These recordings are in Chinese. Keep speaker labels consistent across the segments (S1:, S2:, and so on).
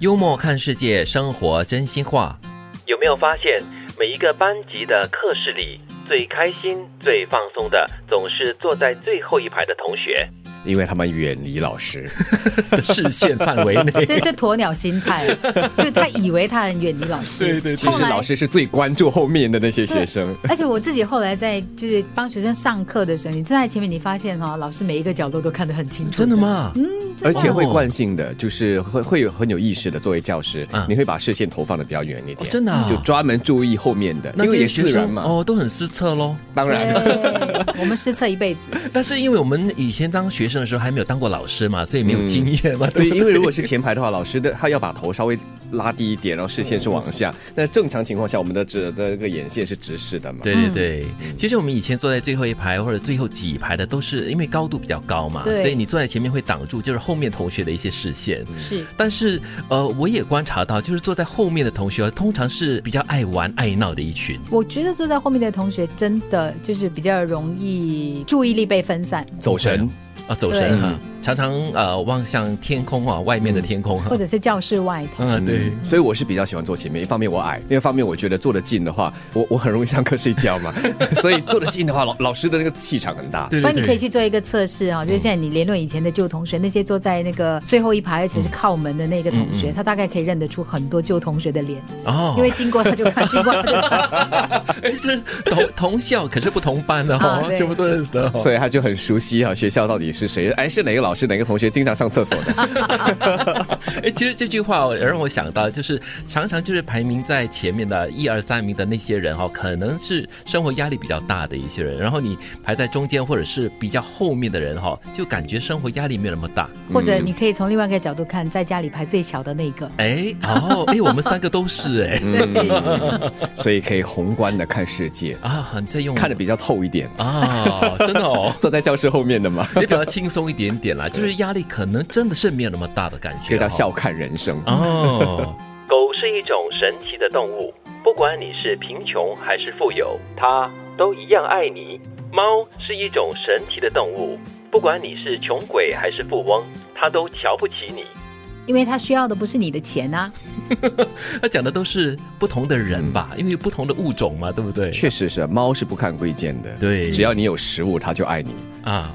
S1: 幽默看世界，生活真心 话。
S2: 有没有发现，每一个班级的课室里，最开心、最放松的，总是坐在最后一排的同学？
S3: 因为他们远离老师。
S1: 视线范围内，
S4: 这是鸵鸟心态， 就是他以为他很远离老师，
S1: 对对对
S3: 其
S4: 后
S3: 实
S4: 来
S3: 老师是最关注后面的那些学生。
S4: 而且我自己后来在就是帮学生上课的时候，你站在前面，你发现哈、老师每一个角落都看得很清楚。
S1: 真的？吗？
S3: 嗯而且会
S1: 哦
S3: 惯性的，就是会会有很有意识的。作为教师
S1: 嗯，
S3: 你会把视线投放的比较远一点，
S1: 哦真的啊
S3: 嗯就专门注意后面的，
S1: 那
S3: 因
S1: 这
S3: 为
S1: 些
S3: 也
S1: 学
S3: 自然
S1: 生
S3: 嘛。
S1: 哦，都很失策喽。
S3: 当然了，
S4: 对，我们失策一辈子。
S1: 但是因为我们以前当学生的时候还没有当过老师嘛，所以没有经验嘛。
S3: 对，嗯
S1: 不
S3: 因为如果是前排的话，老师的他要把头稍微拉低一点，然后视线是往下。那正常情况下，我们的指的那个眼线是直视的嘛？
S1: 对对对，其实我们以前坐在最后一排或者最后几排的，都是因为高度比较高嘛，
S4: 对
S1: 所以你坐在前面会挡住就是后面同学的一些视线。
S4: 是，
S1: 但 是呃，我也观察到，就是坐在后面的同学通常是比较爱玩爱闹的一群。
S4: 我觉得坐在后面的同学真的就是比较容易注意力被分散，
S3: 走神
S1: 对。啊，走神哈，常常呃望向天空啊，外面的天空哈
S4: 或，者是教室外头。
S1: 嗯，对。
S3: 所以我是比较喜欢坐前面。一方面我矮，另一方面我觉得坐得近的话，我我很容易上课睡 觉嘛。所以坐得近的话，老老师的那个气场很大。
S1: 对
S4: 不然你
S1: 对哦
S4: 可以
S1: 对，
S4: 去做一个测试啊，就是现在你联络以前的旧同学，那些坐在那个最后一排而且是
S1: 嗯
S4: 靠门的那个同学，他大概可以认得出很多旧同学的脸，
S1: 哦，
S4: 因为经过他就看，经过他就看。
S1: 哎这是同同校可是不同班的
S4: 啊
S1: 哦，
S4: 对
S1: 全部都认识的哦。
S3: 所以他就很熟悉啊，学校到底是谁？哎，是哪个老师、哪个同学经常上厕所的？
S1: 哎，其实这句话哦也让我想到，就是常常就是排名在前面的一二三名的那些人哦，可能是生活压力比较大的一些人，然后你排在中间或者是比较后面的人哈、哦，就感觉生活压力没有那么大。
S4: 嗯或者你可以从另外一个角度看，在家里排最小的那个。
S1: 哎，哦，哎，我们三个都是哎
S3: 嗯，所以可以宏观的看世界，
S1: 啊，你在用
S3: 看得比较透一点。
S1: 啊，真的哦。
S3: 坐在教室后面的 嘛，
S1: 也比较轻松一点点啦，就是压力可能真的是没有那么大的感觉、
S3: 这个叫笑看人生。
S1: 哦。
S2: 狗是一种神奇的动物，不管你是贫穷还是富有，它都一样爱你。猫是一种神奇的动物，不管你是穷鬼还是富翁，它都瞧不起你。
S4: 因为他需要的不是你的钱啊，
S1: 他讲的都是不同的人吧，因为有不同的物种嘛，对不对？
S3: 嗯确实是，猫是不看贵贱的。
S1: 对
S3: 只要你有食物，它就爱你。
S1: 啊，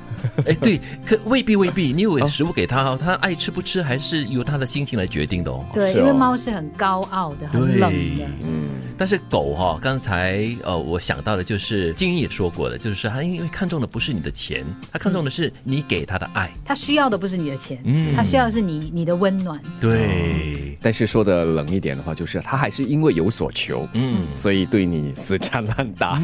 S1: 哎，对，可未必未必，你有食物给他哦，他爱吃不吃还是由他的心情来决定的哦。
S4: 对，
S3: 是哦
S4: 因为猫是很高傲的，很冷的
S1: 对。
S3: 啊嗯
S1: 但是狗哈、刚才呃，我想到的就是金英也说过的，就是他因为看中的不是你的钱，他
S3: 嗯
S1: 看中的是你给他的爱。
S4: 它需要的不是你的钱，
S1: 嗯
S4: 它需要的是你你的温暖。
S1: 对，
S3: 但是说的冷一点的话，就是它还是因为有所求，
S1: 嗯。
S3: 所以对你死缠烂打。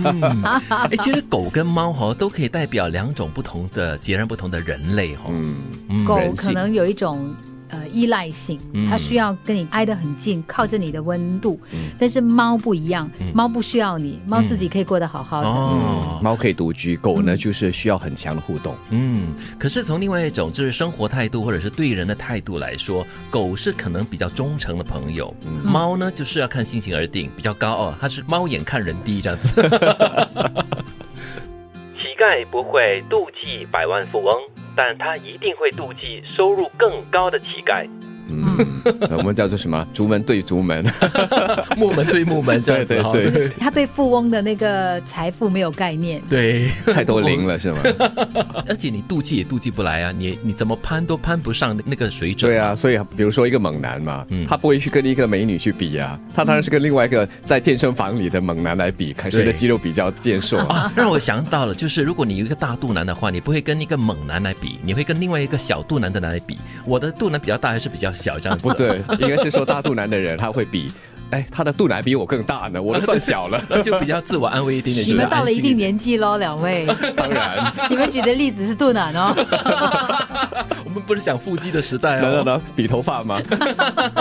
S1: 哎，其实狗跟猫哈、都可以代表两种不同的、截然不同的人类哈、
S3: 嗯，
S1: 嗯
S4: 狗
S3: 人性
S4: 可能有一种。呃，依赖性，它需要跟你挨得很近，靠着你的温度。但是猫不一样，猫不需要你，猫自己可以过得好
S3: 嗯
S4: 好的。
S1: 哦，
S3: 猫可以独居，狗呢就是需要很强的互动。
S1: 嗯，可是从另外一种就是生活态度或者是对人的态度来说，狗是可能比较忠诚的朋友，
S3: 嗯
S1: 猫呢就是要看心情而定，比较高傲，它是猫眼看人低这样 子。
S2: 乞丐不会妒忌百万富翁，但他一定会妒忌收入更高的乞丐。
S3: 嗯，我们叫做什么？竹门对竹门。
S1: 木门对木门这样子哈、
S3: 对对
S4: 它对富翁的那个财富没有概念，
S1: 对
S3: 太多零了是吗？
S1: 而且你妒忌也妒忌不来啊，你你怎么攀都攀不上那个水准。
S3: 对啊，所以比如说一个猛男嘛，他不会去跟一个美女去比啊，他当然是跟另外一个在健身房里的猛男来比，看谁的
S1: 对
S3: 肌肉比较健硕。
S1: 啊，让我想到了，就是如果你有一个大肚腩的话，你不会跟一个猛男来比，你会跟另外一个小肚腩的男来比。我的肚腩比较大还是比较小这样子？
S3: 不对，应该是说大肚腩的人他会比，哎，他的肚腩比我更大呢，我的算小了。
S1: 那就比较自我安慰一点点。
S4: 你
S1: 觉
S4: 们
S1: 得
S4: 到了
S1: 安
S4: 一
S1: 心点
S4: 定年纪喽，两位，
S3: 当然，
S4: 你们举的例子是杜南哦。
S1: 我们不是讲腹肌的时 代
S3: 难道
S1: 哦，
S3: 呢比头发吗？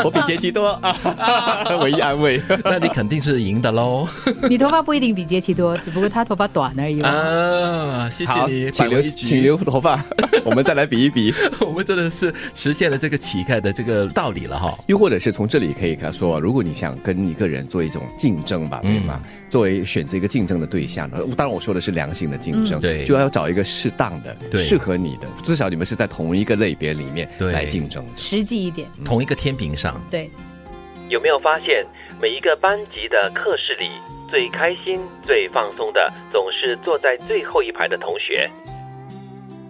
S3: 我比杰奇多啊， 唯一安慰。
S1: 那你肯定是赢的喽。
S4: 你头发不一定比杰奇多，只不过他头发短而已嘛。
S1: 啊，谢谢
S3: 好
S1: 你，，
S3: 请
S1: 百
S3: 留
S1: 闻一举
S3: 请。留头发，我们再来比一比。
S1: 我们真的是实现了这个乞丐的这个道理了哈。
S3: 又或者是从这里可以看说，如果你想跟一个人做一种竞争吧，对
S1: 嗯
S3: 吗？作为选择一个竞争的对象，呃当然我说的是良性的竞争，
S1: 嗯对
S3: 就要找一个适当的、
S1: 对
S3: 适合你的，至少你们是在同一个类类别里面
S1: 对
S3: 来竞争的。
S4: 实际一点，嗯
S1: 同一个天平上，
S4: 对，
S2: 有没有发现，每一个班级的课室里，最开心、最放松的总是坐在最后一排的同学？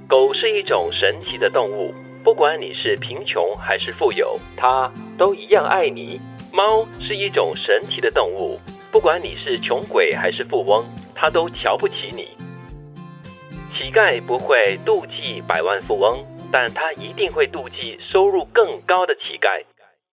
S2: 狗是一种神奇的动物，不管你是贫穷还是富有，它都一样爱你。猫是一种神奇的动物，不管你是穷鬼还是富翁，它都瞧不起你。乞丐不会妒忌百万富翁，但他一定会妒忌收入更高的乞丐。